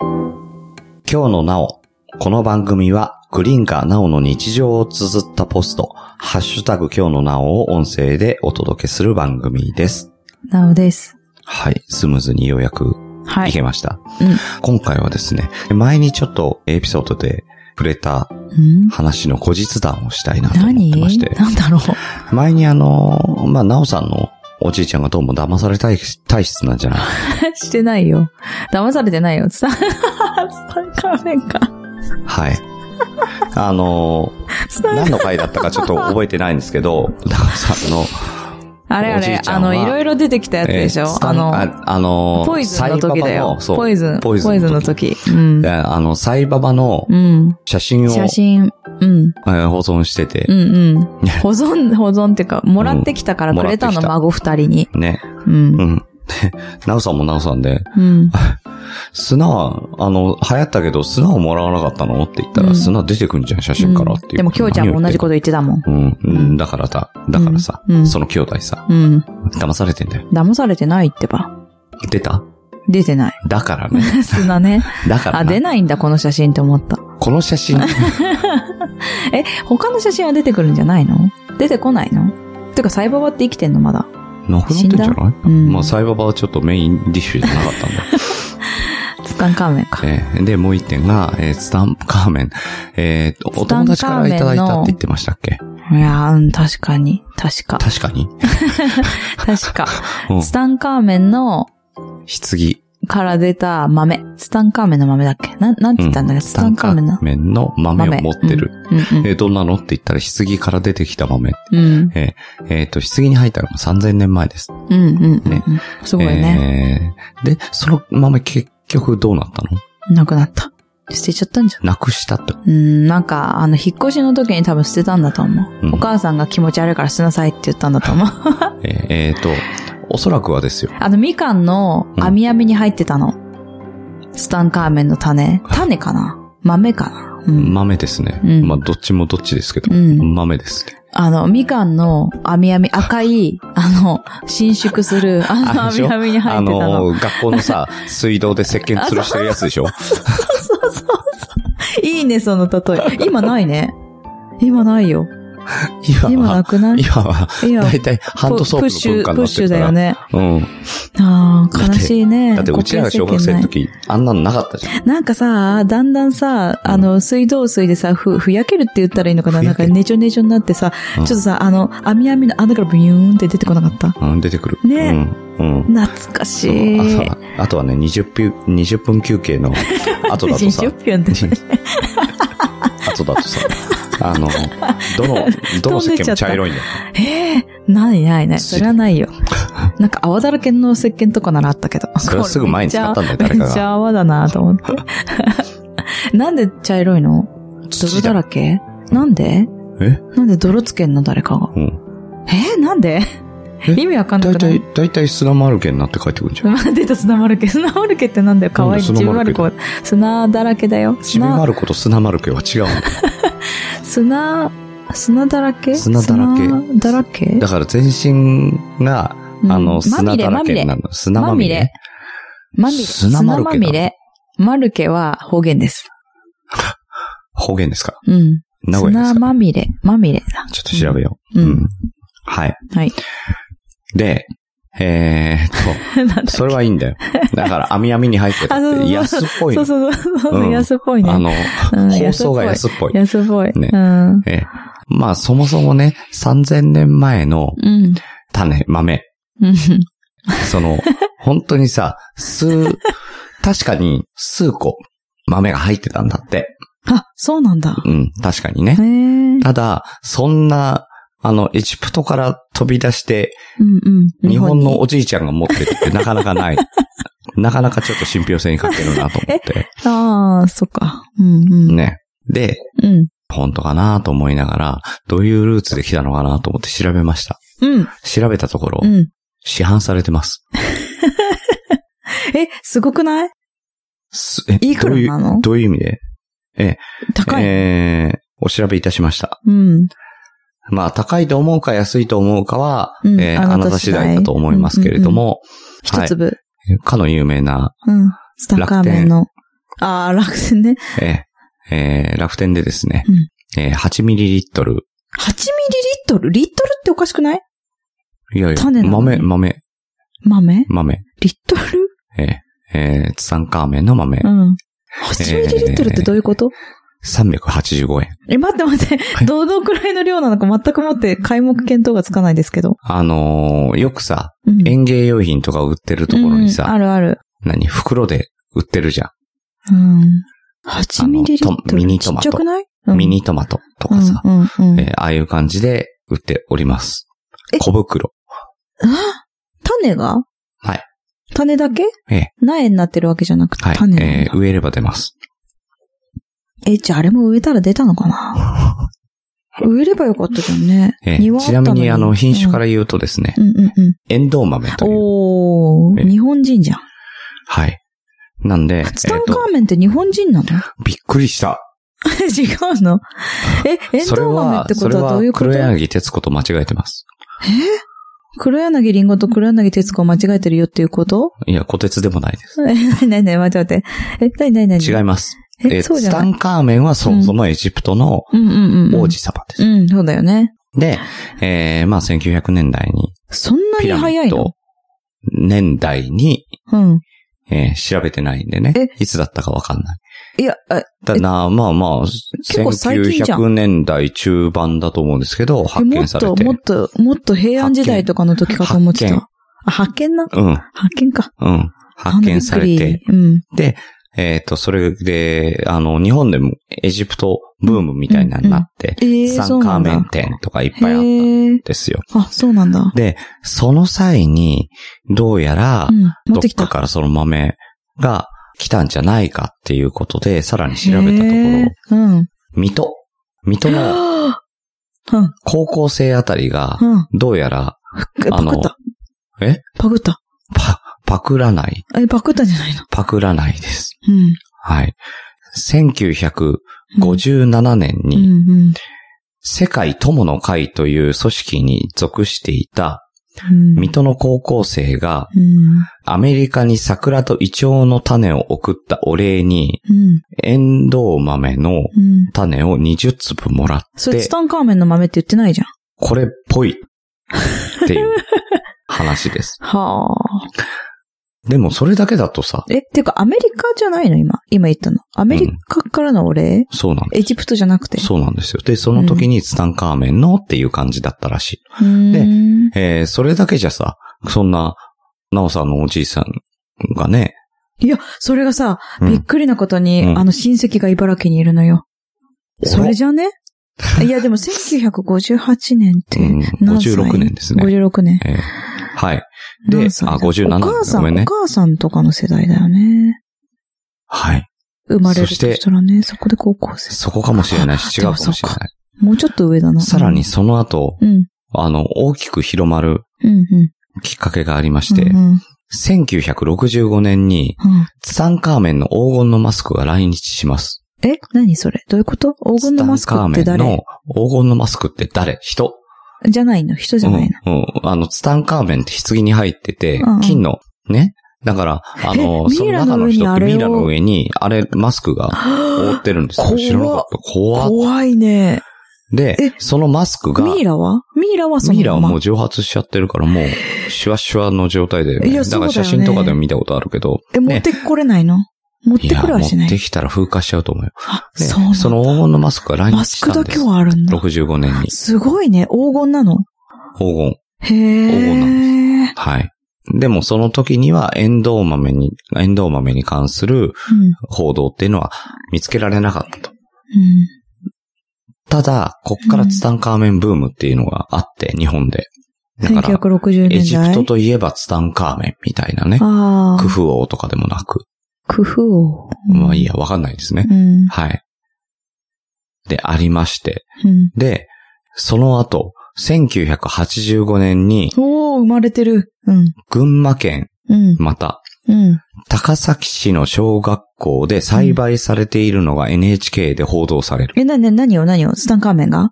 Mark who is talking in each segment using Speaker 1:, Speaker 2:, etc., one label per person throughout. Speaker 1: 今日のなお。この番組は、グリーンがなおの日常を綴ったポスト、ハッシュタグ今日のなおを音声でお届けする番組です。
Speaker 2: なおです。
Speaker 1: はい、スムーズにようやく
Speaker 2: はい
Speaker 1: け
Speaker 2: い。
Speaker 1: ました。
Speaker 2: うん
Speaker 1: 今回はですね、前にちょっとエピソードで触れた
Speaker 2: ん
Speaker 1: 話の後日談をしたいなと思
Speaker 2: 何
Speaker 1: ってまして、
Speaker 2: なんだろう。
Speaker 1: 前にあの、まあ、なおさんのおじいちゃんがどうも騙されたい体質なん じゃない
Speaker 2: してないよ。騙されてないよ。 ツタ、ツタカーメンか。
Speaker 1: はい。あの、
Speaker 2: ツタ
Speaker 1: 何の回だったかちょっと覚えてないんですけ ど、なおさんの、
Speaker 2: あれあ
Speaker 1: おじい
Speaker 2: れ、
Speaker 1: ちゃ
Speaker 2: あ
Speaker 1: んは
Speaker 2: の、いろいろ出てきたやつでしょ、
Speaker 1: えースタン
Speaker 2: あの、
Speaker 1: ああの
Speaker 2: ポイズンの時だよ。
Speaker 1: サイババのそう
Speaker 2: ポイズン。
Speaker 1: ポ
Speaker 2: ポ
Speaker 1: イ
Speaker 2: イ
Speaker 1: ズン
Speaker 2: ズ
Speaker 1: の時
Speaker 2: ンの時。うん
Speaker 1: で。あの、サイババの
Speaker 2: うん。
Speaker 1: 写真を、
Speaker 2: 写真、うん。
Speaker 1: えー保存してて
Speaker 2: う、んうん。保存、保存っていうか、もらってきたからくれた
Speaker 1: もらってき
Speaker 2: の、
Speaker 1: た
Speaker 2: 孫二人に。
Speaker 1: ね。
Speaker 2: うん
Speaker 1: う。ん。で、 なおさんもなおさんで、
Speaker 2: うん。
Speaker 1: 砂は、あの、流行ったけど、砂をもらわなかったのって言ったら、
Speaker 2: うん
Speaker 1: 砂出てくんじゃん、写真からっていう。。
Speaker 2: でも、きょうちゃんも同じことと言ってたもん。
Speaker 1: うん、うん、だからさ、だからさ、
Speaker 2: うんうん
Speaker 1: その兄弟さ、
Speaker 2: うん。
Speaker 1: 騙されてんだよ。
Speaker 2: 騙されてないってば。
Speaker 1: 出た
Speaker 2: 出てない。
Speaker 1: だからね。
Speaker 2: 砂ね。
Speaker 1: だから
Speaker 2: あ、
Speaker 1: な
Speaker 2: 出ないんだ、この写真って思った。
Speaker 1: この写 真、
Speaker 2: え、他の写真は出てくるんじゃないの出てこないのてか、サイババって生きてんのまだ。
Speaker 1: なくなってんじゃない、
Speaker 2: うん
Speaker 1: まあ、サイババはちょっとメインディッシュじゃなかったんだ。
Speaker 2: ツタンカーメンか。
Speaker 1: えーで、もう一点が、えーツタンカーメン。えーとお
Speaker 2: ツタン
Speaker 1: 友
Speaker 2: カーメン
Speaker 1: 達から
Speaker 2: の
Speaker 1: いただいたって言ってましたっけ
Speaker 2: いやー、うん、確かに。確か。
Speaker 1: 確かに。
Speaker 2: 確か。
Speaker 1: うん。
Speaker 2: ツタンカーメンの、
Speaker 1: 棺。
Speaker 2: から出た豆。ツタンカーメンの豆だっけなん、なんて言ったんだっけ、ツタンカーメン
Speaker 1: ツタン
Speaker 2: の
Speaker 1: カーメンの豆を
Speaker 2: 豆。
Speaker 1: 持ってる。
Speaker 2: うん。うん
Speaker 1: えーどんなのって言ったら、棺から出てきた豆。
Speaker 2: うん。
Speaker 1: えーえーと、棺に入ったのが3000年前です。
Speaker 2: うん。うん。うん
Speaker 1: ね
Speaker 2: うんすごいね。
Speaker 1: えーで、その豆結局どうなったの
Speaker 2: なくなった。捨てちゃったんじゃん。
Speaker 1: なくしたって。
Speaker 2: うん、なんか、あの、引っ越しの時に多分捨てたんだと思う。
Speaker 1: うん
Speaker 2: お母さんが気持ち悪いから捨てなさいって言ったんだと思う。
Speaker 1: えーえーと、おそらくはですよ。
Speaker 2: あの、みかんの
Speaker 1: うん
Speaker 2: 網網に入ってたの。ツタンカーメンの種。種かな豆かなうん。
Speaker 1: 豆ですね。
Speaker 2: うん
Speaker 1: まあ、どっちもどっちですけど、
Speaker 2: うん
Speaker 1: 豆ですね。
Speaker 2: あの、みかんの網網、赤い、あの、伸縮する、あの
Speaker 1: あれでしょ
Speaker 2: 網網に入ってた
Speaker 1: あ
Speaker 2: の。
Speaker 1: のー、学校の さ、水道で石鹸吊るしてるやつでしょ
Speaker 2: そうそうそう。いいね、その例え。今ないね。今な いよ。
Speaker 1: 今
Speaker 2: 今な
Speaker 1: は、
Speaker 2: くない
Speaker 1: 今は、
Speaker 2: いや
Speaker 1: だいたいハンドソー
Speaker 2: プッシュ、
Speaker 1: プの文化に
Speaker 2: プ
Speaker 1: なっ
Speaker 2: ッシ
Speaker 1: て
Speaker 2: ュ
Speaker 1: るか
Speaker 2: だ
Speaker 1: ら。
Speaker 2: よね。
Speaker 1: うん。
Speaker 2: あ
Speaker 1: だ
Speaker 2: あ、
Speaker 1: って
Speaker 2: 悲しいね。
Speaker 1: だってうちらが小学生の時、あんなのなかったじゃん。
Speaker 2: なんかさ、だんだんさ、あの、水道水でさ、ふ、ふやけるって言ったらいいのかな
Speaker 1: ふ
Speaker 2: な
Speaker 1: や
Speaker 2: ん
Speaker 1: け
Speaker 2: か
Speaker 1: る
Speaker 2: ねちょねちょになってさ、
Speaker 1: うん
Speaker 2: ちょっとさ、あの、網網の穴からブニューンって出てこなかった。
Speaker 1: うん、出てくる。
Speaker 2: ね
Speaker 1: うん。うん。
Speaker 2: 懐かしい。
Speaker 1: あとは、あとはね、20分、20分休憩の後 だとさ、
Speaker 2: 20分って。
Speaker 1: 後だとさ、あの、どの、どの石鹸も茶色いんだよ。
Speaker 2: ええないないない。それはないよ。なんか泡だらけの石鹸とかならあったけど。
Speaker 1: それはすぐ前に使ったんだよ誰かが
Speaker 2: めっちゃ泡だなと思っ て。なんで茶色いの泥
Speaker 1: 土
Speaker 2: だ
Speaker 1: だ
Speaker 2: らけなんで
Speaker 1: え
Speaker 2: なんで泥つけんの誰かが。
Speaker 1: うん。
Speaker 2: えーなんで
Speaker 1: え
Speaker 2: 意味わかんな
Speaker 1: だい
Speaker 2: くな
Speaker 1: た
Speaker 2: い
Speaker 1: い、だいたい砂丸剣になって帰ってくるんじゃん。
Speaker 2: まあ、出た砂丸家。砂丸家ってなんだよ。かわいい。
Speaker 1: なんだ
Speaker 2: ちび
Speaker 1: 砂
Speaker 2: ま
Speaker 1: 丸
Speaker 2: る
Speaker 1: 家
Speaker 2: 子。砂だらけだよ。
Speaker 1: ちび
Speaker 2: 砂、
Speaker 1: まる子と砂丸剣は違うんだよ。
Speaker 2: 砂、砂だらけ
Speaker 1: 砂だらけ
Speaker 2: 砂だらけ
Speaker 1: だから全身が、
Speaker 2: うん
Speaker 1: あの、
Speaker 2: ま
Speaker 1: 砂
Speaker 2: みれ
Speaker 1: だらけになるの。砂ま
Speaker 2: ま
Speaker 1: み
Speaker 2: み
Speaker 1: れ
Speaker 2: れ。。まみれ。
Speaker 1: 砂
Speaker 2: 砂
Speaker 1: まるけな
Speaker 2: まみれ。まるけは方言です。
Speaker 1: 方言ですか
Speaker 2: うん。
Speaker 1: 名古屋です
Speaker 2: 砂
Speaker 1: か
Speaker 2: まみれ。まみれだ。
Speaker 1: ちょっと調べよう。
Speaker 2: うん
Speaker 1: うんはい。
Speaker 2: はい。
Speaker 1: で、えーっ
Speaker 2: なんだっ
Speaker 1: と、
Speaker 2: け
Speaker 1: それはいいんだよ。だから、網網に入ってる
Speaker 2: あそう
Speaker 1: っ
Speaker 2: そうそ
Speaker 1: て、
Speaker 2: う
Speaker 1: 安っぽい
Speaker 2: そ
Speaker 1: の
Speaker 2: う。そうそうそうう。
Speaker 1: ん
Speaker 2: 安っぽいね。
Speaker 1: あの、
Speaker 2: うん
Speaker 1: 放送が安っぽい。
Speaker 2: 安っぽい。
Speaker 1: ね
Speaker 2: うん。
Speaker 1: ええまあ、そもそもね、3000年前の
Speaker 2: うん。
Speaker 1: 種、豆。
Speaker 2: うん
Speaker 1: そ の、本当にさ、数、確かに数個豆が入ってたんだって。
Speaker 2: あ、そうなんだ。
Speaker 1: うん、確かにね
Speaker 2: へ。え。
Speaker 1: ただ、そんな、あの、エジプトから飛び出して、
Speaker 2: うんうん。
Speaker 1: 日本
Speaker 2: に
Speaker 1: のおじいちゃんが持ってるってなかなか ない。なかなかちょっと信憑性に欠けるなと思って。
Speaker 2: ああ、そっか。うんうん。
Speaker 1: ね。で、
Speaker 2: うん。
Speaker 1: 本当かなと思いながら、どういうルーツで来たのかなと思って調べました。
Speaker 2: うん。
Speaker 1: 調べたところ、
Speaker 2: うん。
Speaker 1: 市販されてます。
Speaker 2: え、すごくない
Speaker 1: すえ
Speaker 2: いくらな
Speaker 1: どう
Speaker 2: の
Speaker 1: いうどういう意味で
Speaker 2: 高い。
Speaker 1: えー、お調べいたしました。
Speaker 2: うん。
Speaker 1: まあ、高いと思うか安いと思うかは、
Speaker 2: うん
Speaker 1: えーあなた次第だと思いますけれども、
Speaker 2: 一
Speaker 1: はい
Speaker 2: 粒。
Speaker 1: かの有名な
Speaker 2: うん。ツタンカーメンの。ああ、楽天ね。
Speaker 1: えーえー楽天でですね、
Speaker 2: うん
Speaker 1: えー 8ml。
Speaker 2: 8トルリットルっておかしくない
Speaker 1: いやいや、
Speaker 2: 種なの
Speaker 1: 豆、豆、
Speaker 2: 豆
Speaker 1: 豆。
Speaker 2: リットル
Speaker 1: えーえーツタンカーメンの豆
Speaker 2: う、ん。8ミリリットルってどういうこと
Speaker 1: 385円。
Speaker 2: え、待って待
Speaker 1: は
Speaker 2: って。
Speaker 1: い
Speaker 2: どのくらいの量なのか全くもって、開目見当がつかないですけど。
Speaker 1: あのーよくさ、
Speaker 2: うん
Speaker 1: 園芸用品とか売ってるところにさ、
Speaker 2: うんあるある。
Speaker 1: 何袋で売ってるじゃ
Speaker 2: うん。8ミリリッ
Speaker 1: あの
Speaker 2: ト
Speaker 1: とミ
Speaker 2: ル。
Speaker 1: ニ
Speaker 2: ち
Speaker 1: ト
Speaker 2: っ
Speaker 1: マト
Speaker 2: ちゃくない
Speaker 1: ん。ミニトマトと
Speaker 2: と
Speaker 1: かさ、
Speaker 2: うんうんうん
Speaker 1: えーああいう感じで売っております
Speaker 2: え。
Speaker 1: 小袋。
Speaker 2: あ種が
Speaker 1: はい。
Speaker 2: 種だけ
Speaker 1: ええ
Speaker 2: 苗になってるわけじゃなくて、
Speaker 1: はい。
Speaker 2: 種なん
Speaker 1: え
Speaker 2: だ
Speaker 1: ー植えれば出ます。
Speaker 2: え、じゃああれも植えたら出たのかな 植えればよかったじゃんね。
Speaker 1: えー
Speaker 2: 庭あっ
Speaker 1: ちな
Speaker 2: た
Speaker 1: み
Speaker 2: の
Speaker 1: に、あの、品種か
Speaker 2: うん
Speaker 1: ら言うとですね、
Speaker 2: うんうんうん。
Speaker 1: エンドウ豆という。
Speaker 2: おー、
Speaker 1: え
Speaker 2: 日本人じゃん。
Speaker 1: はい。なんで、えっ
Speaker 2: ツタン
Speaker 1: と、
Speaker 2: カーメンって日本人なの
Speaker 1: びっくりした。
Speaker 2: 違うのえ、エン
Speaker 1: それ
Speaker 2: ドウ豆っ
Speaker 1: は
Speaker 2: て、こ
Speaker 1: それ
Speaker 2: とはどういう
Speaker 1: は
Speaker 2: こ
Speaker 1: 黒
Speaker 2: と
Speaker 1: 柳徹子と間違えてます。
Speaker 2: 黒柳りんごと黒柳徹子を間違えてるよっていうこと
Speaker 1: いや、小鉄でもないです。
Speaker 2: え、なになに待って待って。え、なになになに
Speaker 1: 違います。
Speaker 2: え
Speaker 1: えー
Speaker 2: そうじ
Speaker 1: ツ
Speaker 2: ゃ
Speaker 1: タ
Speaker 2: ない
Speaker 1: ンカーメンはそもそもエジプトの
Speaker 2: うんうんうんうん。
Speaker 1: 王子様です。
Speaker 2: うん、そうだよね。
Speaker 1: で、えーまあ、1900年代に、
Speaker 2: そんな
Speaker 1: ピ
Speaker 2: に
Speaker 1: ラミ
Speaker 2: 早
Speaker 1: ッ
Speaker 2: いの
Speaker 1: ド年代に、
Speaker 2: うん。
Speaker 1: えー調べてないんでね
Speaker 2: え。
Speaker 1: いつだったかわかんない。
Speaker 2: いや、え
Speaker 1: ただな、まあまあ、
Speaker 2: 結構最近じゃん
Speaker 1: 1900年代中盤だと思うんですけど、発
Speaker 2: も
Speaker 1: 見
Speaker 2: っ
Speaker 1: され
Speaker 2: と、
Speaker 1: て
Speaker 2: も。っと、もっと平安時代とかの時かと思って
Speaker 1: 発見
Speaker 2: た。あ、発見な
Speaker 1: うん、
Speaker 2: 発見か。
Speaker 1: うん。発見され。
Speaker 2: なんだびってくりうん。
Speaker 1: で、えっ、と、それで、あの、日本でもエジプトブームみたいなのになって、
Speaker 2: ええ、
Speaker 1: サ
Speaker 2: そ
Speaker 1: ン
Speaker 2: う
Speaker 1: カー
Speaker 2: なん
Speaker 1: メン
Speaker 2: だ。
Speaker 1: 店とかいっぱいあったん
Speaker 2: へえ。
Speaker 1: ですよ。
Speaker 2: あ、そうなんだ。
Speaker 1: で、その際に、どうやら
Speaker 2: う、ん。持
Speaker 1: ど
Speaker 2: っ
Speaker 1: って
Speaker 2: き
Speaker 1: か
Speaker 2: た。
Speaker 1: からその豆が来たんじゃないかっていうことで、さらに調べたとこ
Speaker 2: へえ
Speaker 1: ろ、
Speaker 2: うん。
Speaker 1: 水戸。水戸の
Speaker 2: はぁうん。
Speaker 1: 高校生あたりが、
Speaker 2: うん。
Speaker 1: どうやら、
Speaker 2: え
Speaker 1: あ
Speaker 2: パ
Speaker 1: の
Speaker 2: クった。
Speaker 1: え
Speaker 2: パクった。
Speaker 1: パ、パクらない、
Speaker 2: え、パクったんじゃないの
Speaker 1: パクらないです。
Speaker 2: うん。
Speaker 1: はい。1957年
Speaker 2: うん
Speaker 1: に、
Speaker 2: うん
Speaker 1: 世界友の会という組織に属していた、
Speaker 2: うん。
Speaker 1: 水戸の高校生が、
Speaker 2: うん。
Speaker 1: アメリカに桜とイチョウの種を送ったお礼に、
Speaker 2: うん。
Speaker 1: エンドウ豆の
Speaker 2: うん。
Speaker 1: 種を20粒もらっ
Speaker 2: それ、
Speaker 1: て
Speaker 2: ツ、タンカーメンの豆って言ってないじゃん。
Speaker 1: これっぽいっていう話です。
Speaker 2: はあ。
Speaker 1: でもそれだけだとさ、
Speaker 2: え、てか、アメリカじゃないの今。今言ったの。アメリカからのお礼
Speaker 1: そうなんで
Speaker 2: エジプトじゃなくて。
Speaker 1: す。そうなんですよ。で、その時にツタンカーメンのっていう感じだったらしい。
Speaker 2: うーん。
Speaker 1: えー、それだけじゃさ、そんな、ナオさんのおじいさんがね、
Speaker 2: いや、それがさ、
Speaker 1: うん
Speaker 2: びっくりなことに、
Speaker 1: うん
Speaker 2: あの親戚が茨城にいるのよ。
Speaker 1: お
Speaker 2: それじゃ ねいや、でも1958年って
Speaker 1: うん
Speaker 2: 何歳、
Speaker 1: 56年ですね
Speaker 2: 56年。
Speaker 1: えーはい。で
Speaker 2: 何歳だ
Speaker 1: あ57
Speaker 2: お母さ
Speaker 1: ごめ
Speaker 2: ん、
Speaker 1: んね
Speaker 2: お母さんとかの世代だよね。
Speaker 1: はい。
Speaker 2: 生まれると
Speaker 1: そして
Speaker 2: したらね、そこで高校生。
Speaker 1: そこかもしれないし、違うか
Speaker 2: でも
Speaker 1: もしれ
Speaker 2: そ
Speaker 1: ない。
Speaker 2: もうちょっと上だな。
Speaker 1: さらに、その後、
Speaker 2: うん。
Speaker 1: あの、大きく広まる
Speaker 2: うん、うん。
Speaker 1: きっかけがありまして、
Speaker 2: うんうん
Speaker 1: 1965年に、
Speaker 2: うん
Speaker 1: ツタンカーメンの黄金のマスクが来日します。
Speaker 2: え何それどういうこと黄金のマスクって
Speaker 1: ツタンカーメン
Speaker 2: 誰
Speaker 1: の黄金のマスクって誰人
Speaker 2: じゃないの人じゃないの、
Speaker 1: うん、うん。あの、ツタンカーメンって棺に入ってて、
Speaker 2: うんうん
Speaker 1: 金の、ね。だから、あの、
Speaker 2: え
Speaker 1: その中の
Speaker 2: ミイ
Speaker 1: 人
Speaker 2: ラの
Speaker 1: って
Speaker 2: 上にあれを
Speaker 1: ミイラの上に、あれ、マスクが覆 ってるんです
Speaker 2: は
Speaker 1: よ。
Speaker 2: あ
Speaker 1: 知らなかった。怖っ
Speaker 2: 怖いね。
Speaker 1: で、そのマスクが、
Speaker 2: ミイラはミイラはその
Speaker 1: ミイラは
Speaker 2: まま
Speaker 1: もう蒸発しちゃってるから、もう、シュワシュワの状態で、
Speaker 2: いや
Speaker 1: だ
Speaker 2: そう
Speaker 1: か
Speaker 2: だよ
Speaker 1: ら写
Speaker 2: ね
Speaker 1: 真とかでも見たことあるけど、
Speaker 2: え、持ってこれないの持っ
Speaker 1: い
Speaker 2: て
Speaker 1: や、
Speaker 2: くるはしな
Speaker 1: 持っ
Speaker 2: い
Speaker 1: て。きたら風化しちゃうと思うよ。
Speaker 2: あ、
Speaker 1: で
Speaker 2: そうなんだ
Speaker 1: その黄金のマスクが来
Speaker 2: マ
Speaker 1: 日
Speaker 2: ス
Speaker 1: し
Speaker 2: ク
Speaker 1: たん
Speaker 2: だ
Speaker 1: で
Speaker 2: け
Speaker 1: す。
Speaker 2: はあるんだ。
Speaker 1: 65年に。
Speaker 2: すごいね。黄金なの。
Speaker 1: 黄金。黄
Speaker 2: へ
Speaker 1: 金
Speaker 2: え。
Speaker 1: はい。でもその時には、エンドウ豆に、エンドウ豆に関する
Speaker 2: うん。
Speaker 1: 報道っていうのは見つけられなかったと。
Speaker 2: うん。
Speaker 1: ただ、こっからツタンカーメンブームっていうのがあって、日本で。だから、
Speaker 2: 1960年代。
Speaker 1: エジプトといえばツタンカーメンみたいなね。
Speaker 2: ああ。
Speaker 1: クフ王とかでもなく。
Speaker 2: 工夫を。
Speaker 1: まあいいや、わかんないですね。
Speaker 2: うん。
Speaker 1: はい。で、ありまして。
Speaker 2: うん。
Speaker 1: で、その後、1985年に、
Speaker 2: おー、生まれてる。うん。
Speaker 1: 群馬県、
Speaker 2: うん。
Speaker 1: また、
Speaker 2: うん。
Speaker 1: 高崎市の小学校で栽培されているのが NHK で報道される。
Speaker 2: え、な、な、何を何をツタンカーメンが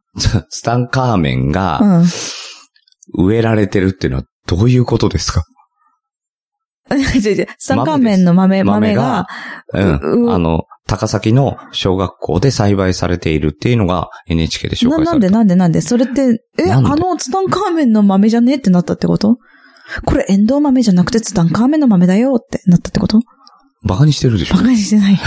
Speaker 1: ツタンカーメン
Speaker 2: う
Speaker 1: が
Speaker 2: ん。
Speaker 1: 植えられてるっていうのはどういうことですか
Speaker 2: 違う違う三寒麺の豆、
Speaker 1: 豆
Speaker 2: 豆が
Speaker 1: が、う
Speaker 2: うん
Speaker 1: ん。あの、高崎の小学校で栽培されているっていうのが NHK で紹
Speaker 2: な、
Speaker 1: 介
Speaker 2: な
Speaker 1: され
Speaker 2: んで
Speaker 1: た。
Speaker 2: なんでなんでそれって、え、あ
Speaker 1: なんで
Speaker 2: のツタンカーメンの豆じゃねえってなったってことこれ、エンドウ豆じゃなくてツタンカーメンの豆だよってなったってこと
Speaker 1: バカにしてるでしょ
Speaker 2: バ。カにして ないよ。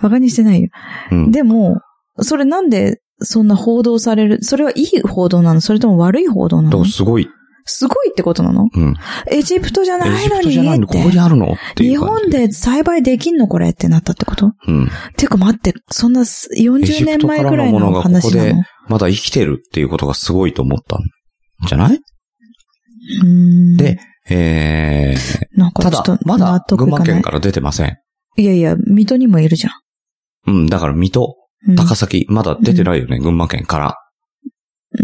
Speaker 2: バカにしてないよ。
Speaker 1: うん。
Speaker 2: でも、それなんで、そんな報道されるそれはいい報道なのそれとも悪い報道な
Speaker 1: だか
Speaker 2: の
Speaker 1: らすごい。
Speaker 2: すごいってことなの
Speaker 1: うん。
Speaker 2: エジプトじゃな
Speaker 1: エ
Speaker 2: い
Speaker 1: ジ
Speaker 2: の
Speaker 1: プ
Speaker 2: に
Speaker 1: トじゃないの
Speaker 2: っ
Speaker 1: ここ
Speaker 2: て。
Speaker 1: にあるのってい
Speaker 2: 日
Speaker 1: う感じ。
Speaker 2: 本。で栽培できんのこれってなったってこと
Speaker 1: うん。
Speaker 2: ていうか待って、そんなす40年前くら
Speaker 1: エジプトからの
Speaker 2: いの話な
Speaker 1: ものがここで
Speaker 2: の
Speaker 1: まだ生きてるっていうことがすごいと思ったんじゃないう
Speaker 2: ーん
Speaker 1: で、えー、
Speaker 2: なんか
Speaker 1: た
Speaker 2: ちょっ
Speaker 1: だ
Speaker 2: と、
Speaker 1: ま
Speaker 2: 納
Speaker 1: だ群
Speaker 2: 得い
Speaker 1: 馬
Speaker 2: かな
Speaker 1: 県
Speaker 2: い。
Speaker 1: から出てません。
Speaker 2: いやいや、水戸にもいるじゃん。
Speaker 1: うん、だから水戸、
Speaker 2: うん、
Speaker 1: 高崎、まだ出てないよね、群馬県から。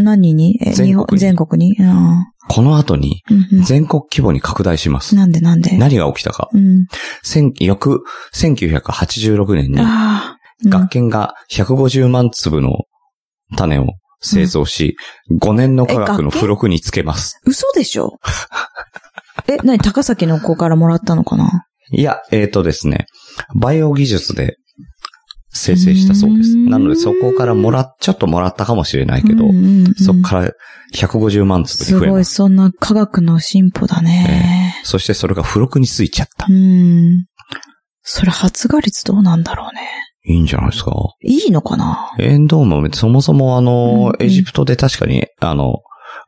Speaker 2: 何にえ日
Speaker 1: 全
Speaker 2: 本
Speaker 1: 国に
Speaker 2: 全国にあ
Speaker 1: この後に、
Speaker 2: ーうんう
Speaker 1: 全国規模に拡大します
Speaker 2: ん。。なんでなんで
Speaker 1: 何が起きたか。
Speaker 2: うん。
Speaker 1: 千翌1986年に、
Speaker 2: ああ。うん
Speaker 1: 学研が150万粒の種を製造し、5年の科学の付録につけます。
Speaker 2: 嘘でしょえ、何高崎の子からもらったのかない
Speaker 1: や、えっ、とですね、バイオ技術で生成したそうで
Speaker 2: う
Speaker 1: す。
Speaker 2: ーん
Speaker 1: なのでそこからもらっ、ちょっともらったかもしれないけど、
Speaker 2: うんうんうん
Speaker 1: そこから150万
Speaker 2: す
Speaker 1: 粒に増え
Speaker 2: ごい、
Speaker 1: ます。
Speaker 2: そんな科学の進歩だね。
Speaker 1: そしてそれが付録についちゃった。
Speaker 2: うん。それ発芽率どうなんだろうね。
Speaker 1: いいんじゃないですか。
Speaker 2: いいのかな
Speaker 1: エンドウ豆、そもそもあの、
Speaker 2: うん
Speaker 1: エジプトで確かに、あの、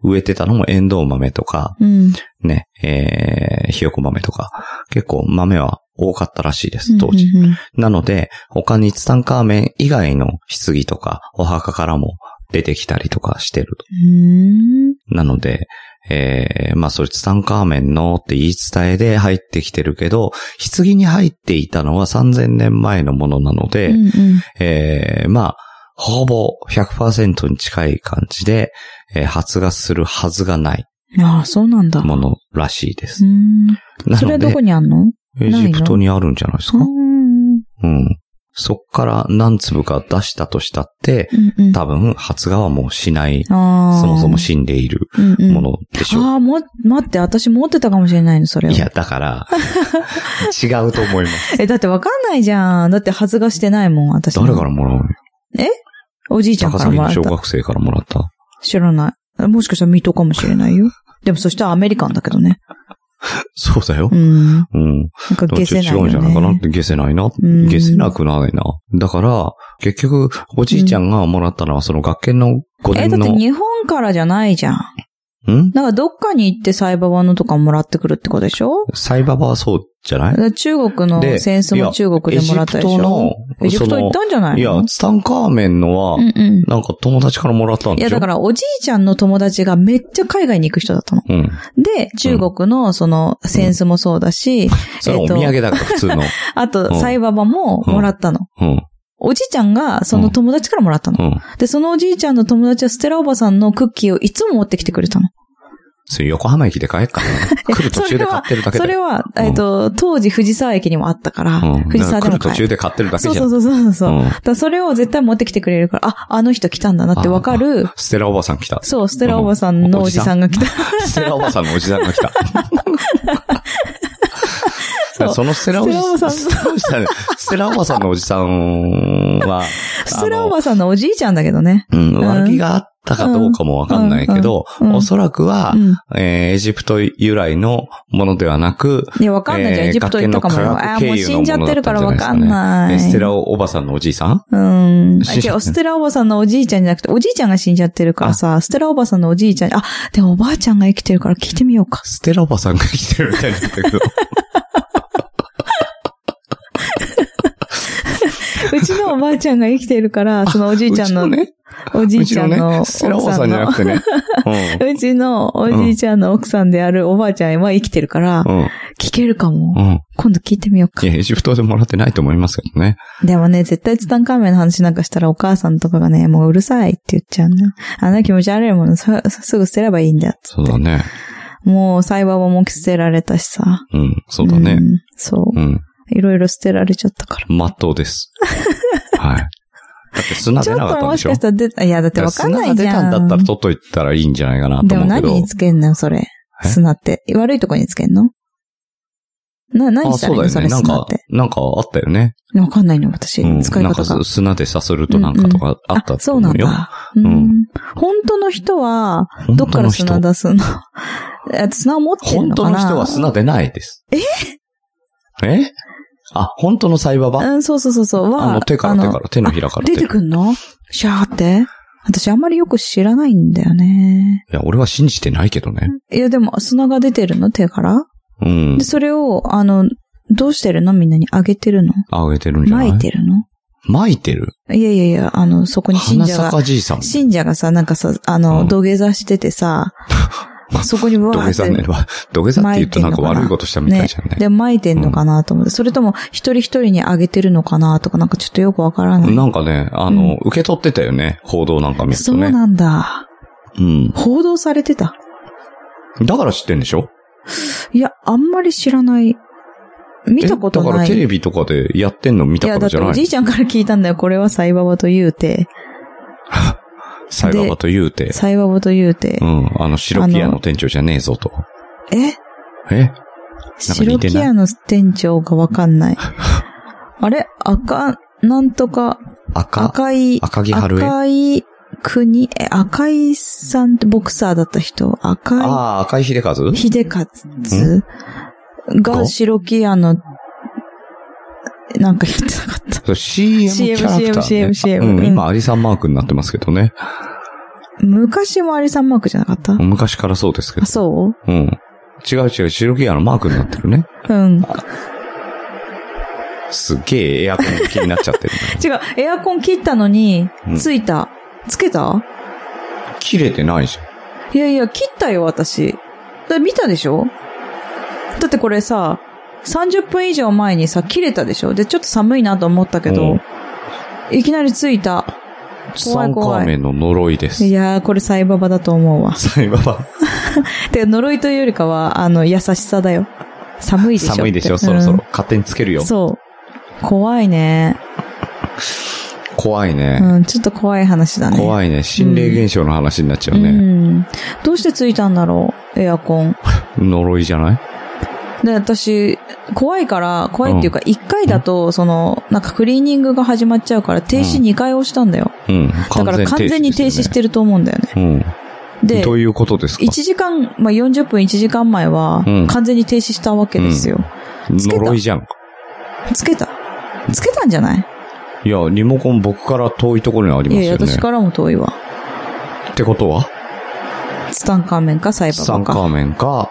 Speaker 1: 植えてたのもエンドウ豆とか、
Speaker 2: うん。
Speaker 1: ね、えー、ひよこ豆とか、結構豆は多かったらしいです、当時。
Speaker 2: うんうんうん
Speaker 1: なので、他にツタンカーメン以外の棺とか、お墓からも出てきたりとかしてると。
Speaker 2: うん。
Speaker 1: なので、えー、まあそれツタンカーメンのって言い伝えで入ってきてるけど、棺に入っていたのは3000年前のものなので、
Speaker 2: うんうん
Speaker 1: えーまあ、ほぼ100%に近い感じで、えー発芽するはずがない
Speaker 2: ああ、そうなんだ。
Speaker 1: ものらしいで
Speaker 2: う
Speaker 1: す。
Speaker 2: ん。
Speaker 1: な
Speaker 2: それ
Speaker 1: の
Speaker 2: はど
Speaker 1: で
Speaker 2: こ、にあんの
Speaker 1: エジプトにあるんじゃないですか
Speaker 2: うんうん
Speaker 1: うん。そっから何粒か出したとしたって、
Speaker 2: うん。
Speaker 1: 多分発芽はもうしない、
Speaker 2: ああ。
Speaker 1: そもそも死んでいるも
Speaker 2: も
Speaker 1: のでしょう。
Speaker 2: ああ、も、待って、私持ってたかもしれないの、それを
Speaker 1: い。や、だから、違うと思います。
Speaker 2: え、だってわかんないじゃん。だって発芽してないもん、私。
Speaker 1: 誰からもらうの
Speaker 2: おじいちゃん
Speaker 1: 高
Speaker 2: から
Speaker 1: 崎
Speaker 2: も
Speaker 1: の
Speaker 2: らっ
Speaker 1: 小
Speaker 2: た。
Speaker 1: 学生からもらった。
Speaker 2: 知らない。もしかしたら水戸かもしれないよ。でもそしたらアメリカンだけどね。
Speaker 1: そうだよ
Speaker 2: う。ん。なん
Speaker 1: うん。
Speaker 2: か
Speaker 1: ちょ
Speaker 2: 消せない
Speaker 1: 違う
Speaker 2: よ、
Speaker 1: ん
Speaker 2: ね。
Speaker 1: じゃないかなって、消せないな。
Speaker 2: ん
Speaker 1: 消せなくないな。だから、結局、おじいちゃんがもらったのは、その学研の5
Speaker 2: え、
Speaker 1: 年
Speaker 2: だって
Speaker 1: の、
Speaker 2: 日本からじゃないじゃん。
Speaker 1: ん
Speaker 2: だからどっかに行ってサイババのとかもらってくるってことでしょ
Speaker 1: サイババはそうじゃな
Speaker 2: だ
Speaker 1: い
Speaker 2: から中国の
Speaker 1: で
Speaker 2: 戦争
Speaker 1: い
Speaker 2: も
Speaker 1: や
Speaker 2: 中国でもらったでしょエ
Speaker 1: エ
Speaker 2: ジ
Speaker 1: ジ
Speaker 2: プ
Speaker 1: プ
Speaker 2: ト
Speaker 1: ト
Speaker 2: 行
Speaker 1: の、
Speaker 2: ったんじゃな
Speaker 1: その、
Speaker 2: い
Speaker 1: いや
Speaker 2: の、
Speaker 1: ツタンカーメンのは
Speaker 2: う、んうん。
Speaker 1: なんか友達からもらったん
Speaker 2: い
Speaker 1: で
Speaker 2: や、
Speaker 1: しょ
Speaker 2: だから、おじいちゃんの友達がめっちゃ海外に行く人だったの。
Speaker 1: うん。
Speaker 2: で、中国の、その、センスもそうだし、
Speaker 1: それはお土産だから、普通の。
Speaker 2: あ
Speaker 1: う
Speaker 2: と、
Speaker 1: ん
Speaker 2: サイババももらったの。
Speaker 1: うん。
Speaker 2: おじいちゃんが、その友達からもらったの。
Speaker 1: うん。
Speaker 2: で、そのおじいちゃんの友達は、ステラおばさんのクッキーをいつも持ってきてくれたの。
Speaker 1: それ横浜駅で買えっから 来る途中で買ってるだけ
Speaker 2: そ
Speaker 1: だ
Speaker 2: れ
Speaker 1: よ。
Speaker 2: は、
Speaker 1: うん
Speaker 2: えっと、当時藤沢駅にもあったから、
Speaker 1: うん。
Speaker 2: 藤
Speaker 1: だか
Speaker 2: 沢
Speaker 1: ら
Speaker 2: で
Speaker 1: 来
Speaker 2: も
Speaker 1: る途
Speaker 2: 買え
Speaker 1: 中で買ってるだけ
Speaker 2: そう
Speaker 1: じゃ
Speaker 2: そ
Speaker 1: ん。
Speaker 2: うそうそうそう。だ
Speaker 1: う
Speaker 2: か
Speaker 1: ん。
Speaker 2: らそれを絶対持ってきてくれるから、あ、あの人来たんだなってわかる。
Speaker 1: ステラおばさん来た。
Speaker 2: そう、ステラおばさんのおじさんが来た。
Speaker 1: ステラおばさんのおじさんが来た。
Speaker 2: そう
Speaker 1: そのステラおじさん、
Speaker 2: ス
Speaker 1: ステラおじさん、ステラおばさんのおじさんは、
Speaker 2: ステラおばさんのおじいちゃんだけどね。
Speaker 1: あのうん、悪気があったかどうかもわかんないけど、
Speaker 2: うんうんうん
Speaker 1: おそらくは
Speaker 2: う、ん。
Speaker 1: えーエジプト由来のものではなく、
Speaker 2: いや、わかんないじゃ
Speaker 1: え
Speaker 2: ん。
Speaker 1: ー
Speaker 2: エジプト行ったかもよ。
Speaker 1: 学研の科
Speaker 2: あ
Speaker 1: 学
Speaker 2: ー
Speaker 1: 経
Speaker 2: もう
Speaker 1: 由
Speaker 2: 死
Speaker 1: の
Speaker 2: ん
Speaker 1: もの
Speaker 2: じゃ
Speaker 1: だ
Speaker 2: ってる
Speaker 1: った
Speaker 2: から
Speaker 1: んじゃ
Speaker 2: わ
Speaker 1: ないです
Speaker 2: か
Speaker 1: か
Speaker 2: ん
Speaker 1: ね
Speaker 2: ない。
Speaker 1: えステラおばさんのおじいさん
Speaker 2: うん。あ、
Speaker 1: 死んじ
Speaker 2: 違
Speaker 1: ゃ
Speaker 2: う、ステラおばさんのおじいちゃんじゃなくて、おじいちゃんが死んじゃってるからさ、ステラおばさんのおじいちゃんに、あ、でもおばあちゃんが生きてるから聞いてみよ うか。
Speaker 1: ステラおばさんが来てるみたいなんだけど、
Speaker 2: うちのおばあちゃんが生きてるから、その おじいちゃん
Speaker 1: う
Speaker 2: の、
Speaker 1: ちのね、
Speaker 2: おじいうち
Speaker 1: ち
Speaker 2: ゃ
Speaker 1: の
Speaker 2: んの
Speaker 1: ね、
Speaker 2: 奥
Speaker 1: ス
Speaker 2: さ
Speaker 1: テ
Speaker 2: ん
Speaker 1: ラおばさんじゃ
Speaker 2: の
Speaker 1: なく、てね、
Speaker 2: うちのおじいちゃんの奥さんであるおばあちゃんは生きてるから
Speaker 1: う、ん、うん、
Speaker 2: 聞けるかも。
Speaker 1: うん。
Speaker 2: 今度聞いてみようか
Speaker 1: い。や、エジプトでもらってないと思いますけどね。
Speaker 2: でもね、絶対ツタンカーメンの話なんかしたらお母さんとかがね、もううるさいって言っちゃうね。あんな気持ち悪いものさすぐ捨てればいいんだっつ
Speaker 1: そう
Speaker 2: って
Speaker 1: だ。ね。
Speaker 2: もうサイバーバも捨てられたしさ。
Speaker 1: うん、そうだね。
Speaker 2: んそ
Speaker 1: う。
Speaker 2: う
Speaker 1: ん。
Speaker 2: いろいろ捨てられちゃったから。
Speaker 1: まっとうです。 はい。だって砂
Speaker 2: ち
Speaker 1: 出
Speaker 2: ょ
Speaker 1: な
Speaker 2: っ
Speaker 1: かった
Speaker 2: と
Speaker 1: んで
Speaker 2: も
Speaker 1: し
Speaker 2: し
Speaker 1: ょ
Speaker 2: かしたら出た、いや、だってわかんないじゃん。
Speaker 1: 砂が出たんだったら取っといたらいいんじゃないかなと
Speaker 2: でも
Speaker 1: 思うけ
Speaker 2: 何
Speaker 1: ど
Speaker 2: に。つけんのよ、それ。
Speaker 1: え
Speaker 2: 砂って。悪いとこにつけんのな、何
Speaker 1: あ、
Speaker 2: した
Speaker 1: そ
Speaker 2: ら
Speaker 1: う
Speaker 2: いい
Speaker 1: だよね。
Speaker 2: のそ,、れ
Speaker 1: なん
Speaker 2: 砂っ
Speaker 1: か
Speaker 2: て、。
Speaker 1: なんかあったよね。
Speaker 2: わかんないの、私。
Speaker 1: うん。
Speaker 2: 使い
Speaker 1: なんか
Speaker 2: 方が
Speaker 1: す。砂でさするとなんかとかあったと
Speaker 2: そう
Speaker 1: 思
Speaker 2: なん
Speaker 1: うよ。
Speaker 2: だ。うん
Speaker 1: うん
Speaker 2: 本当の人は、
Speaker 1: 本
Speaker 2: どっか
Speaker 1: 当
Speaker 2: ら
Speaker 1: の人
Speaker 2: 砂出すの え砂を持ってる
Speaker 1: 本
Speaker 2: の
Speaker 1: 当
Speaker 2: か
Speaker 1: の
Speaker 2: な
Speaker 1: 人は砂出ないです。ええあ、本当のサイババ
Speaker 2: うん、そうそうそうそう。
Speaker 1: あ
Speaker 2: は
Speaker 1: の、手から手から、手のひらから
Speaker 2: 出て
Speaker 1: い
Speaker 2: くんのシャーって私あんまりよく知らないんだよね。
Speaker 1: や、俺は信じてないけどね。
Speaker 2: いや、でも砂が出てるの手から
Speaker 1: うん
Speaker 2: で、。それを、あの、どうしてるのみんなにあげてるの
Speaker 1: あげてるんじゃな
Speaker 2: 撒
Speaker 1: い
Speaker 2: いてるの
Speaker 1: 巻いてる。
Speaker 2: いやいやいや、あの、そこに信
Speaker 1: 花
Speaker 2: 者が、
Speaker 1: 坂じいさん。
Speaker 2: 信者がさ、なんかさ、あ
Speaker 1: うん
Speaker 2: の、土下座して てさ、そこにブワ
Speaker 1: 土
Speaker 2: ー
Speaker 1: 下
Speaker 2: っ
Speaker 1: 座ね
Speaker 2: て。。
Speaker 1: 土下座って言うとなんか悪いことしたみたいじゃんね。
Speaker 2: で、撒いてんのかなと思って、それとも、一人一人にあげてるのかなとか、なんかちょっとよくわからない。
Speaker 1: なんかね、あの、受け取ってたよね。報道なんか見る
Speaker 2: そ
Speaker 1: と
Speaker 2: う
Speaker 1: ね。
Speaker 2: なんだ。
Speaker 1: うん。
Speaker 2: 報道されてた。
Speaker 1: だから知ってんでしょ
Speaker 2: いや、あんまり知らない。見たこと
Speaker 1: えだか
Speaker 2: な
Speaker 1: ら
Speaker 2: い。
Speaker 1: テレビとかでやってんの見
Speaker 2: い
Speaker 1: た
Speaker 2: や、
Speaker 1: か
Speaker 2: だ
Speaker 1: ら
Speaker 2: っ
Speaker 1: じ
Speaker 2: て
Speaker 1: ゃな
Speaker 2: お
Speaker 1: い
Speaker 2: じいちゃんから聞いたんだよ。これはサイババと言うて、
Speaker 1: サイババと言うて。
Speaker 2: サイババと言うて
Speaker 1: う。ん。あの、白木屋の店長じゃねえぞと。
Speaker 2: え
Speaker 1: え
Speaker 2: 白木屋の店長がわか んない。あれ赤、なんとか、
Speaker 1: 赤。
Speaker 2: 赤い、
Speaker 1: 赤木春江
Speaker 2: 赤い国、え、赤いさんってボクサーだった人、赤
Speaker 1: ああ、赤い秀 和
Speaker 2: い秀勝が白木屋の、なんか言ってなかった。
Speaker 1: そう CM キ
Speaker 2: CM
Speaker 1: ャラクター、ね。
Speaker 2: CM CM
Speaker 1: うん、
Speaker 2: うん
Speaker 1: 今、アリさんマークになってますけどね。
Speaker 2: 昔もアリさんマークじゃなかった
Speaker 1: 昔からそうですけど
Speaker 2: あ、。そう
Speaker 1: うん。違う違う、白木屋のマークになってるね。
Speaker 2: うん。違う。
Speaker 1: すっげえエアコン気になっちゃってる、
Speaker 2: エアコン切ったのに
Speaker 1: うん、
Speaker 2: ついた。つけた
Speaker 1: 切れてないじゃん。
Speaker 2: いやいや、切ったよ、私。だ見たでしょだってこれさ、30分以上前にさ、切れたでしょで、ちょっと寒いなと思ったけど、いきなりついた。怖い怖い
Speaker 1: ツタンカーメンの呪いです
Speaker 2: い。やー、これサイババだと思うわ。
Speaker 1: サイババ。
Speaker 2: てか呪いというよりかは、あの、優しさだよ。寒いでしょって。
Speaker 1: 寒いでしょ、そろそろ。
Speaker 2: うん
Speaker 1: 勝手につけるよ。
Speaker 2: そう。怖いね。
Speaker 1: 怖いね、
Speaker 2: うん、ちょっと怖い話だね。い
Speaker 1: 怖いね。心霊現象の話になっちゃう
Speaker 2: う
Speaker 1: ね。
Speaker 2: ん。どうしてついたんだろうエアコン。
Speaker 1: 呪いじゃない
Speaker 2: で、私、怖いから、怖いっていうか、一回だと、その、なんかクリーニングが始まっちゃうから、停止
Speaker 1: うん
Speaker 2: 二回押したんだよ。
Speaker 1: うん。
Speaker 2: だから完全に停止
Speaker 1: です
Speaker 2: し
Speaker 1: よね
Speaker 2: てると思うんだよね。
Speaker 1: うん。
Speaker 2: で
Speaker 1: ど、ういうことですか
Speaker 2: 1時間、まあ、40分1時間前は
Speaker 1: うん、
Speaker 2: 完全に停止したわけですよ。つけた
Speaker 1: 呪いじゃん。
Speaker 2: つけたつけたんじゃない
Speaker 1: いや、リモコン僕から遠いところにあり
Speaker 2: い
Speaker 1: ま
Speaker 2: や
Speaker 1: す
Speaker 2: いや、
Speaker 1: よね。
Speaker 2: 私からも遠いわ。
Speaker 1: ってことは
Speaker 2: ツタンカーメンかサイバ
Speaker 1: ツタ
Speaker 2: バ
Speaker 1: ン
Speaker 2: か。
Speaker 1: カーメンか、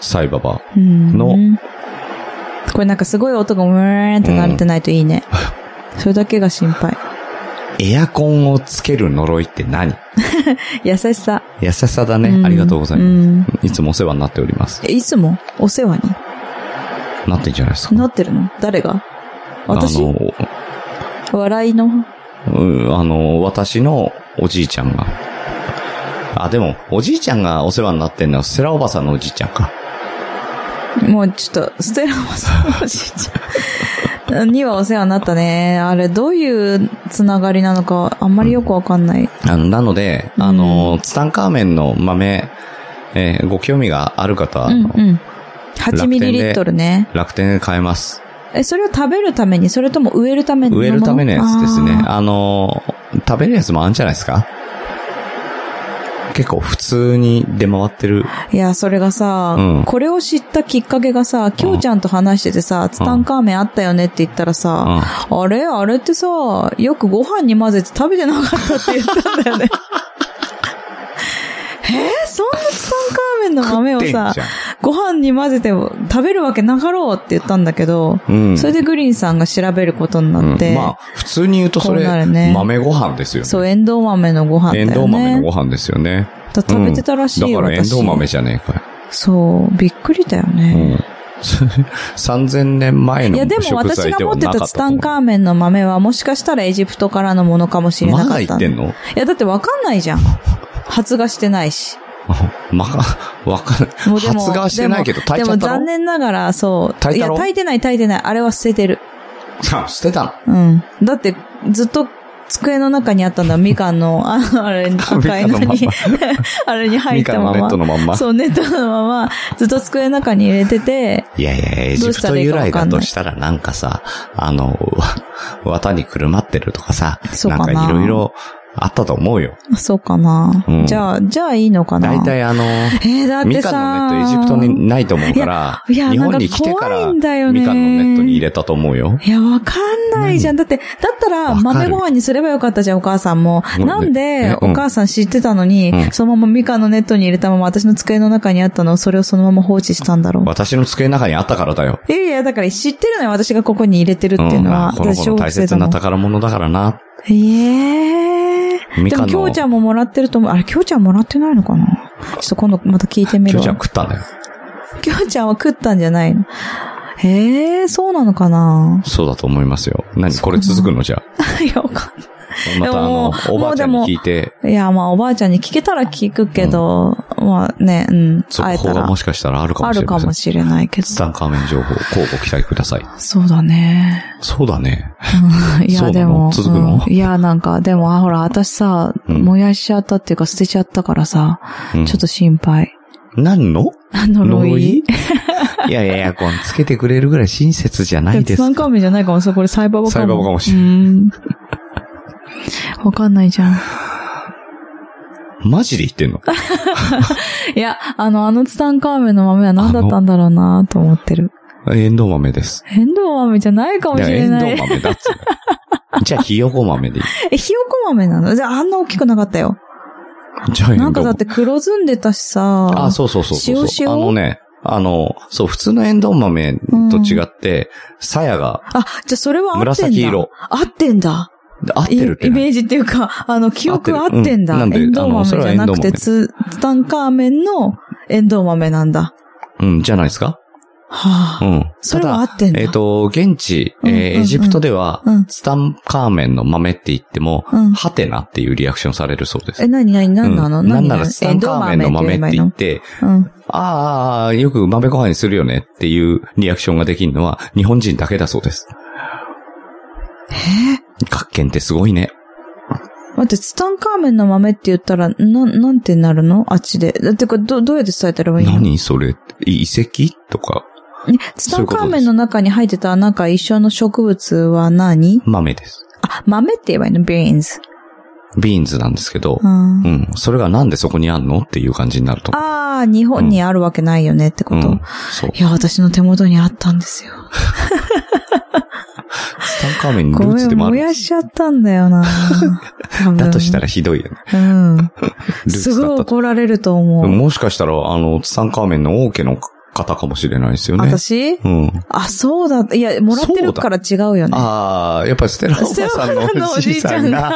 Speaker 1: サイババ。
Speaker 2: うん
Speaker 1: の
Speaker 2: これなんかすごい音がうーんって慣れてないといい ね。それだけが心配。
Speaker 1: エアコンをつける呪いって何
Speaker 2: 優しさ。
Speaker 1: 優しさだ
Speaker 2: う
Speaker 1: ね。
Speaker 2: ん
Speaker 1: ありがとうございます。
Speaker 2: うん
Speaker 1: いつもお世話になっております。
Speaker 2: えいつもお世話に
Speaker 1: なってんじゃないですか。
Speaker 2: なってるの誰が私
Speaker 1: あの、
Speaker 2: 笑いの。
Speaker 1: うんあの、私のおじいちゃんが。あ、でも、おじいちゃんがお世話になってんのは、セラおばさんのおじいちゃんか。
Speaker 2: もうちょっと、ステラマさんのおじいちゃん。にはお世話になったね。あれ、どういうつながりなのか、あんまりよくわかんない。
Speaker 1: あの、なので、あの、ツタンカーメンの豆、えーご興味がある方は、
Speaker 2: う
Speaker 1: あ
Speaker 2: ん
Speaker 1: の
Speaker 2: うん。8ミリリットルね。
Speaker 1: 楽天で買えます。
Speaker 2: え、それを食べるために、それとも植えるためのもの
Speaker 1: 植えるためのやつですね。
Speaker 2: あ
Speaker 1: あの、食べるやつもあるんじゃないですか結構普通に出回ってる。
Speaker 2: ーいや、それがさ、
Speaker 1: うん
Speaker 2: これを知ったきっかけがさ、きょうちゃんと話しててさ、ツタンカーメンあったよねって言ったら
Speaker 1: う
Speaker 2: さ、
Speaker 1: ん。
Speaker 2: あれあれってさ、よくご飯に混ぜて食べてなかったって言ったんだよ ね。えーそんなツタンカーメンの豆を
Speaker 1: 食っ
Speaker 2: さ
Speaker 1: てん、
Speaker 2: ご飯に混ぜて食べるわけなかろうって言ったんだけど、
Speaker 1: じゃんうん。
Speaker 2: それでグリーンさんが調べることになって、
Speaker 1: うんまあ、普通に言うとそれ、
Speaker 2: こうなるね
Speaker 1: 豆ご飯ですよね。
Speaker 2: そう、エンドウ豆のご飯だよ
Speaker 1: エン
Speaker 2: ね。
Speaker 1: ドウ豆のご飯ですよね。
Speaker 2: だ食べてたらしい
Speaker 1: うん
Speaker 2: よ、
Speaker 1: だからエン
Speaker 2: 私
Speaker 1: ドウ豆じゃねえかよ。
Speaker 2: そう、びっくりだよ
Speaker 1: う
Speaker 2: ね。
Speaker 1: ん。3000年前の
Speaker 2: いや、でも
Speaker 1: 食
Speaker 2: 私
Speaker 1: 材
Speaker 2: が
Speaker 1: で
Speaker 2: 持
Speaker 1: は
Speaker 2: って
Speaker 1: なか
Speaker 2: た
Speaker 1: っ
Speaker 2: ツ
Speaker 1: たと
Speaker 2: タ
Speaker 1: 思
Speaker 2: ン
Speaker 1: う。
Speaker 2: カーメンの豆はもしかしたらエジプトからのものかもしれなかった
Speaker 1: まだ
Speaker 2: んだ。
Speaker 1: 言ってんの
Speaker 2: いや、だってわかんないじゃん。発芽してないし。
Speaker 1: まか、わかんない。
Speaker 2: もうでも
Speaker 1: 発芽はしてないけど、炊いちゃ
Speaker 2: で
Speaker 1: っ
Speaker 2: も
Speaker 1: た
Speaker 2: 残
Speaker 1: の
Speaker 2: 念ながら、そう。
Speaker 1: 炊いた
Speaker 2: や、
Speaker 1: ろ
Speaker 2: 炊いてない炊いてない。あれは捨ててる。
Speaker 1: あ捨てたの
Speaker 2: うん。だって、ずっと机の中にあったのはみかんの、 ああれ、赤いの
Speaker 1: みかんのまん
Speaker 2: に
Speaker 1: ま、
Speaker 2: あれに 入
Speaker 1: ミ
Speaker 2: っ
Speaker 1: カ
Speaker 2: た
Speaker 1: の
Speaker 2: ま
Speaker 1: ネッ
Speaker 2: ま
Speaker 1: ト。のまんま。
Speaker 2: そう、ネットのまま、ずっと机の中に入れてて、
Speaker 1: いやいや、エジプト由来だとしたらなんかさ、あの、 わ綿にくるまってるとかさ、
Speaker 2: そう
Speaker 1: なん
Speaker 2: かな
Speaker 1: かいろいろあったと思うよ。
Speaker 2: そうかな、
Speaker 1: うん
Speaker 2: じゃあ、じゃあいいのかな
Speaker 1: 大体あの、
Speaker 2: えー、だって
Speaker 1: ミ
Speaker 2: さ。
Speaker 1: カのネットエジプトにないと思うから、
Speaker 2: いやいや
Speaker 1: 日本に来てか、
Speaker 2: なんから怖い
Speaker 1: ミ
Speaker 2: んだよね
Speaker 1: カのネットに入れたと思うよ。
Speaker 2: いや、わかんないじゃん。だって、だったら、
Speaker 1: わかる
Speaker 2: 豆ご飯にすればよかったじゃん、お母さんも。
Speaker 1: うん
Speaker 2: なんで
Speaker 1: ね、う
Speaker 2: お
Speaker 1: ん
Speaker 2: 母さん知ってたのに、
Speaker 1: うん
Speaker 2: そのままミカのネットに入れたまま、私の机の中にあったのを、それをそのまま放置したんだろう。
Speaker 1: 私の机の中にあったからだよ。
Speaker 2: いやいや、だから知ってるのよ、私がここに入れてるっていうのは。
Speaker 1: うんこの
Speaker 2: 私
Speaker 1: 子の大切な宝物だからな。
Speaker 2: ええー。
Speaker 1: ミ
Speaker 2: で
Speaker 1: カ
Speaker 2: も、
Speaker 1: の
Speaker 2: きょうちゃんももらってると思う。あれ、きょうちゃんもらってないのかなちょっと今度また聞いてみ
Speaker 1: き
Speaker 2: る
Speaker 1: ょ
Speaker 2: わ。
Speaker 1: うちゃん食ったんだよ。
Speaker 2: きょうちゃんは食ったんじゃないのええー、そうなのかな
Speaker 1: そうだと思いますよ。何これ続くのじゃあ。
Speaker 2: いや、わかんない。
Speaker 1: またあの
Speaker 2: も、う
Speaker 1: おばあちゃんに聞いて、
Speaker 2: いや、まあ、おばあちゃんに聞けたら聞くけど、まあね、うん、
Speaker 1: 速
Speaker 2: 会え
Speaker 1: 報
Speaker 2: た
Speaker 1: が
Speaker 2: ら
Speaker 1: も。しかしたらあるか
Speaker 2: あ
Speaker 1: もし
Speaker 2: る
Speaker 1: れ
Speaker 2: か
Speaker 1: ませ
Speaker 2: も
Speaker 1: ん。
Speaker 2: しれないけど。
Speaker 1: ツタンカーメン情報、交互期待ください。
Speaker 2: そうだね。
Speaker 1: そうだね。
Speaker 2: うんい
Speaker 1: そ
Speaker 2: や、
Speaker 1: うな
Speaker 2: で
Speaker 1: の
Speaker 2: も。
Speaker 1: 続くの
Speaker 2: うんいや、なんか、でも、あ、ほら、私さ、
Speaker 1: うん
Speaker 2: 燃やしちゃったっていうか、捨てちゃったからさ、
Speaker 1: うん
Speaker 2: ちょっと心配。
Speaker 1: 何の
Speaker 2: あ呪い。
Speaker 1: い やいや、エアコンつけてくれるぐらい親切じゃないで
Speaker 2: ツ
Speaker 1: す
Speaker 2: タン。カーメンじゃないかも、そう、これサイバーバかも。
Speaker 1: サイババかもしれ
Speaker 2: うん。わかんないじゃん。
Speaker 1: マジで言ってんの
Speaker 2: いや、あの、あのツタンカーメンの豆は何だったんだろうなと思ってる。
Speaker 1: エンドウ豆です。
Speaker 2: 変動豆じゃないかもし
Speaker 1: エ
Speaker 2: れ
Speaker 1: ンド
Speaker 2: ない。
Speaker 1: ウ豆だっつうの じゃあ、ひよこ豆でいい。
Speaker 2: え、ひよこ豆なのじゃあ、あんな大きくなかったよ。
Speaker 1: じゃあ、エンドウ
Speaker 2: なんかだって黒ずんでたしさ。
Speaker 1: あ、そうそうそうそうそう。
Speaker 2: 塩塩
Speaker 1: あのね、あの、そう、普通のエンドウ豆と違って、鞘が
Speaker 2: あ、じゃあそれは合ってんだ。
Speaker 1: 紫色。
Speaker 2: 合ってんだ。
Speaker 1: 合ってるっ
Speaker 2: イ
Speaker 1: て
Speaker 2: イ
Speaker 1: な
Speaker 2: メージっていうか、あの、記憶
Speaker 1: 合
Speaker 2: 合
Speaker 1: ってる
Speaker 2: ってんだ。
Speaker 1: うんなんで
Speaker 2: エンドウ
Speaker 1: あの
Speaker 2: 豆
Speaker 1: そ
Speaker 2: じ
Speaker 1: れは
Speaker 2: ゃなく
Speaker 1: エンドウ
Speaker 2: て、
Speaker 1: 豆
Speaker 2: ツツタンカーメンのエンドウ豆なんだ。
Speaker 1: うん、じゃないですか
Speaker 2: は
Speaker 1: う
Speaker 2: あ。
Speaker 1: ん。
Speaker 2: それ
Speaker 1: ただ
Speaker 2: は合ってんだ。
Speaker 1: えっ、と、現地、えー
Speaker 2: うんうんうん
Speaker 1: エジプトでは、
Speaker 2: うん
Speaker 1: ツタンカーメンの豆って言っても、
Speaker 2: うん
Speaker 1: ハテナっていうリアクションされるそうです。
Speaker 2: え、なになにな
Speaker 1: うん
Speaker 2: なの、
Speaker 1: な
Speaker 2: 何
Speaker 1: んならツタンカーメンの豆って言って、
Speaker 2: うん。
Speaker 1: あーあー、よく豆ご飯にするよねっていうリアクションができるのは日本人だけだそうです。学研ってすごいね。
Speaker 2: 待って、ツタンカーメンの豆って言ったら、なん、なんてなるのあっちで。だってか、ど、どうやって伝えたらいいの
Speaker 1: 何それ遺跡とか
Speaker 2: ツタンカーメンの中に入ってたなんか一緒の植物は何
Speaker 1: 豆です。
Speaker 2: あ、豆って言えばいいのビーンズ。
Speaker 1: ビーンズなんですけど
Speaker 2: う、ん
Speaker 1: うん。それがなんでそこにあんのっていう感じになると思う。
Speaker 2: ああ、日本にあるわけないよねってこと。
Speaker 1: うん。そう。
Speaker 2: いや、私の手元にあったんですよ。
Speaker 1: ツタンカーメンに
Speaker 2: ご
Speaker 1: ルー
Speaker 2: め
Speaker 1: ツ
Speaker 2: ん、
Speaker 1: でもあるん
Speaker 2: 燃
Speaker 1: で
Speaker 2: や
Speaker 1: す。
Speaker 2: しちゃったんだ よな
Speaker 1: だとした
Speaker 2: ら。
Speaker 1: らひどいよね。
Speaker 2: うん。
Speaker 1: ルー
Speaker 2: す
Speaker 1: ツ
Speaker 2: ご
Speaker 1: だ
Speaker 2: い
Speaker 1: ったと
Speaker 2: 怒られると思う。
Speaker 1: もしかしたら、あの、ツタンカーメンの王家の方かもしれないですよね。
Speaker 2: 私
Speaker 1: うん。
Speaker 2: あ、そうだ。いや、もらってるから違うよね。
Speaker 1: ああ、やっぱりステラおばさんのおじいさんが、。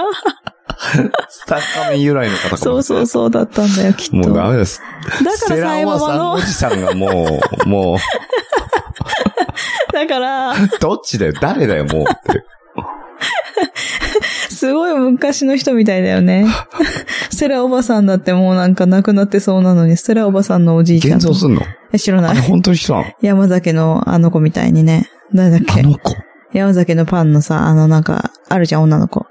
Speaker 1: ツタンカーメン由来の方かも。
Speaker 2: そうそうそうだったんだよ、きっと。
Speaker 1: もうダメです。
Speaker 2: だから
Speaker 1: ステラおばさんのおじさんがもう、もう、
Speaker 2: だから、
Speaker 1: どっちだよ誰だよもうって。
Speaker 2: すごい昔の人みたいだよね。 セラおばさんだってもうなんか亡くなってそうなのに、セラおばさんのおじいちゃん
Speaker 1: 現。像すんの
Speaker 2: え知ら
Speaker 1: あ
Speaker 2: な
Speaker 1: れ
Speaker 2: い。
Speaker 1: 本当に人なの
Speaker 2: 山崎のあの子みたいにね。誰だっ
Speaker 1: あ
Speaker 2: け
Speaker 1: の子。
Speaker 2: 山崎のパンのさ、あのなんか、あるじゃん、女の子。あ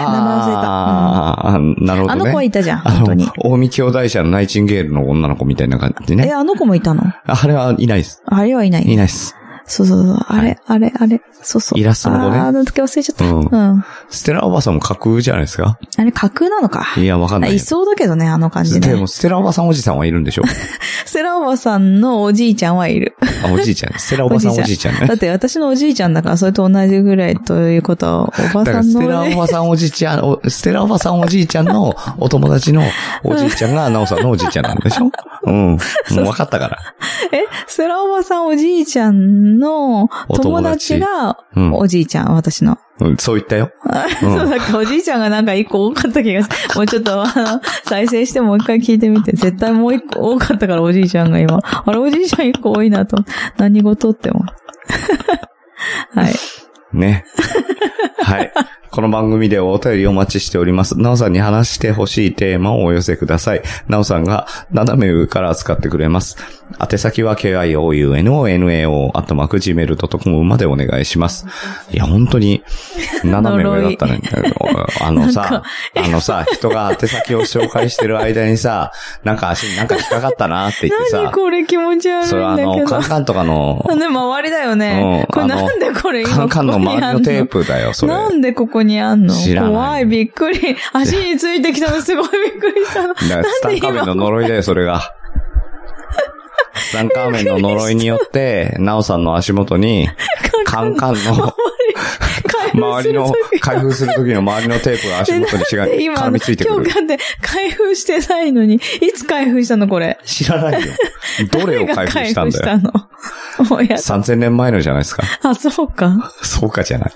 Speaker 1: ああ、なる
Speaker 2: ー、
Speaker 1: ほどね。
Speaker 2: 名前忘れた。うんあの子いたじゃん、
Speaker 1: あ
Speaker 2: 本当に
Speaker 1: の。、大見兄弟社のナイチンゲールの女の子みたいな感じ
Speaker 2: え、
Speaker 1: ね。
Speaker 2: あの子もいたの
Speaker 1: あれはいないです。
Speaker 2: あれはいない
Speaker 1: い
Speaker 2: ね。
Speaker 1: ないです。
Speaker 2: そうそうそう。あれ、あれ、あれ。そうそう。
Speaker 1: イラストの子ね
Speaker 2: あー、なんだっけ忘れちゃった。
Speaker 1: うん
Speaker 2: うん。あ
Speaker 1: ステラおばさんも架空じゃないですか
Speaker 2: れ、架空なのか。
Speaker 1: いや、わかんない
Speaker 2: い
Speaker 1: よ。
Speaker 2: そうだけどね、あの感じ
Speaker 1: で
Speaker 2: ね
Speaker 1: も、。ステラおばさんおじさんはいるんで しょ
Speaker 2: セラおばさんのおじいちゃんはいる。
Speaker 1: あ、おじいちゃん。ステラおばさんおじいちゃんね。
Speaker 2: だって私のおじいちゃんだから、それと同じぐらいということは、おば
Speaker 1: だから、
Speaker 2: さん
Speaker 1: ス
Speaker 2: の
Speaker 1: テラお
Speaker 2: ね、
Speaker 1: ばさんおじいちゃん、おステラおばさんおじいちゃんのお友達のおじいちゃんが、なおさんのおじいちゃんなんでしょうん。もう分かったから。
Speaker 2: え、セラおばさんおじいちゃんの
Speaker 1: お友
Speaker 2: 友
Speaker 1: 達
Speaker 2: 達が
Speaker 1: うん
Speaker 2: おじいちゃん、私の。
Speaker 1: うん、そう言った よ。うん
Speaker 2: そうだっけ、おじいちゃんがなんか一個多かった気がすもうちょっと、 あの、再生してもう一回聞いてみて。絶対もう一個多かったから、おじいちゃんが今。あれ、おじいちゃん一個多いなと。何事っても。 はい。
Speaker 1: ね。はい。この番組ではお便りお待ちしております。なおさんに話してほしいテーマをお寄せください。なおさんが斜め上から扱ってくれます。宛先は kiouunonao.gmail.com までお願いします。いや、本当に、斜め上だったね。あの
Speaker 2: なん
Speaker 1: さ
Speaker 2: か、
Speaker 1: あのさ、人が宛先を紹介してる間にさ、なんか足になんか引っかかったなって言って
Speaker 2: 何
Speaker 1: さ、
Speaker 2: これ気持ち悪いん
Speaker 1: それあ
Speaker 2: だけ
Speaker 1: の、カン
Speaker 2: ど。
Speaker 1: カンとか の、
Speaker 2: ね、周りだよね
Speaker 1: う。ん
Speaker 2: これ
Speaker 1: あの
Speaker 2: なんでこれ今
Speaker 1: カンカンの
Speaker 2: ここに
Speaker 1: 周り
Speaker 2: あん
Speaker 1: のテープだよ、それ。
Speaker 2: なんでここにあんの
Speaker 1: 知らない
Speaker 2: 怖い、びっく り。足についてきたの、すごいびっくりしたの。
Speaker 1: だからスタンカーメンの呪いだよ、それが。 スタンカーメンの呪いによって、ナオさんの足元に、 カンカン の周
Speaker 2: 周
Speaker 1: りの、開封する時の周りのテープが足元にしが
Speaker 2: で今、
Speaker 1: 絡
Speaker 2: 今
Speaker 1: みついてくる
Speaker 2: 日。だって開封してないのに、いつ開封したのこれ。
Speaker 1: 知らないよ。どれを開 封したんだよ。
Speaker 2: 誰が開封したの もうや
Speaker 1: 3000年前のじゃないですか。
Speaker 2: あ、そうか。
Speaker 1: そうかじゃない。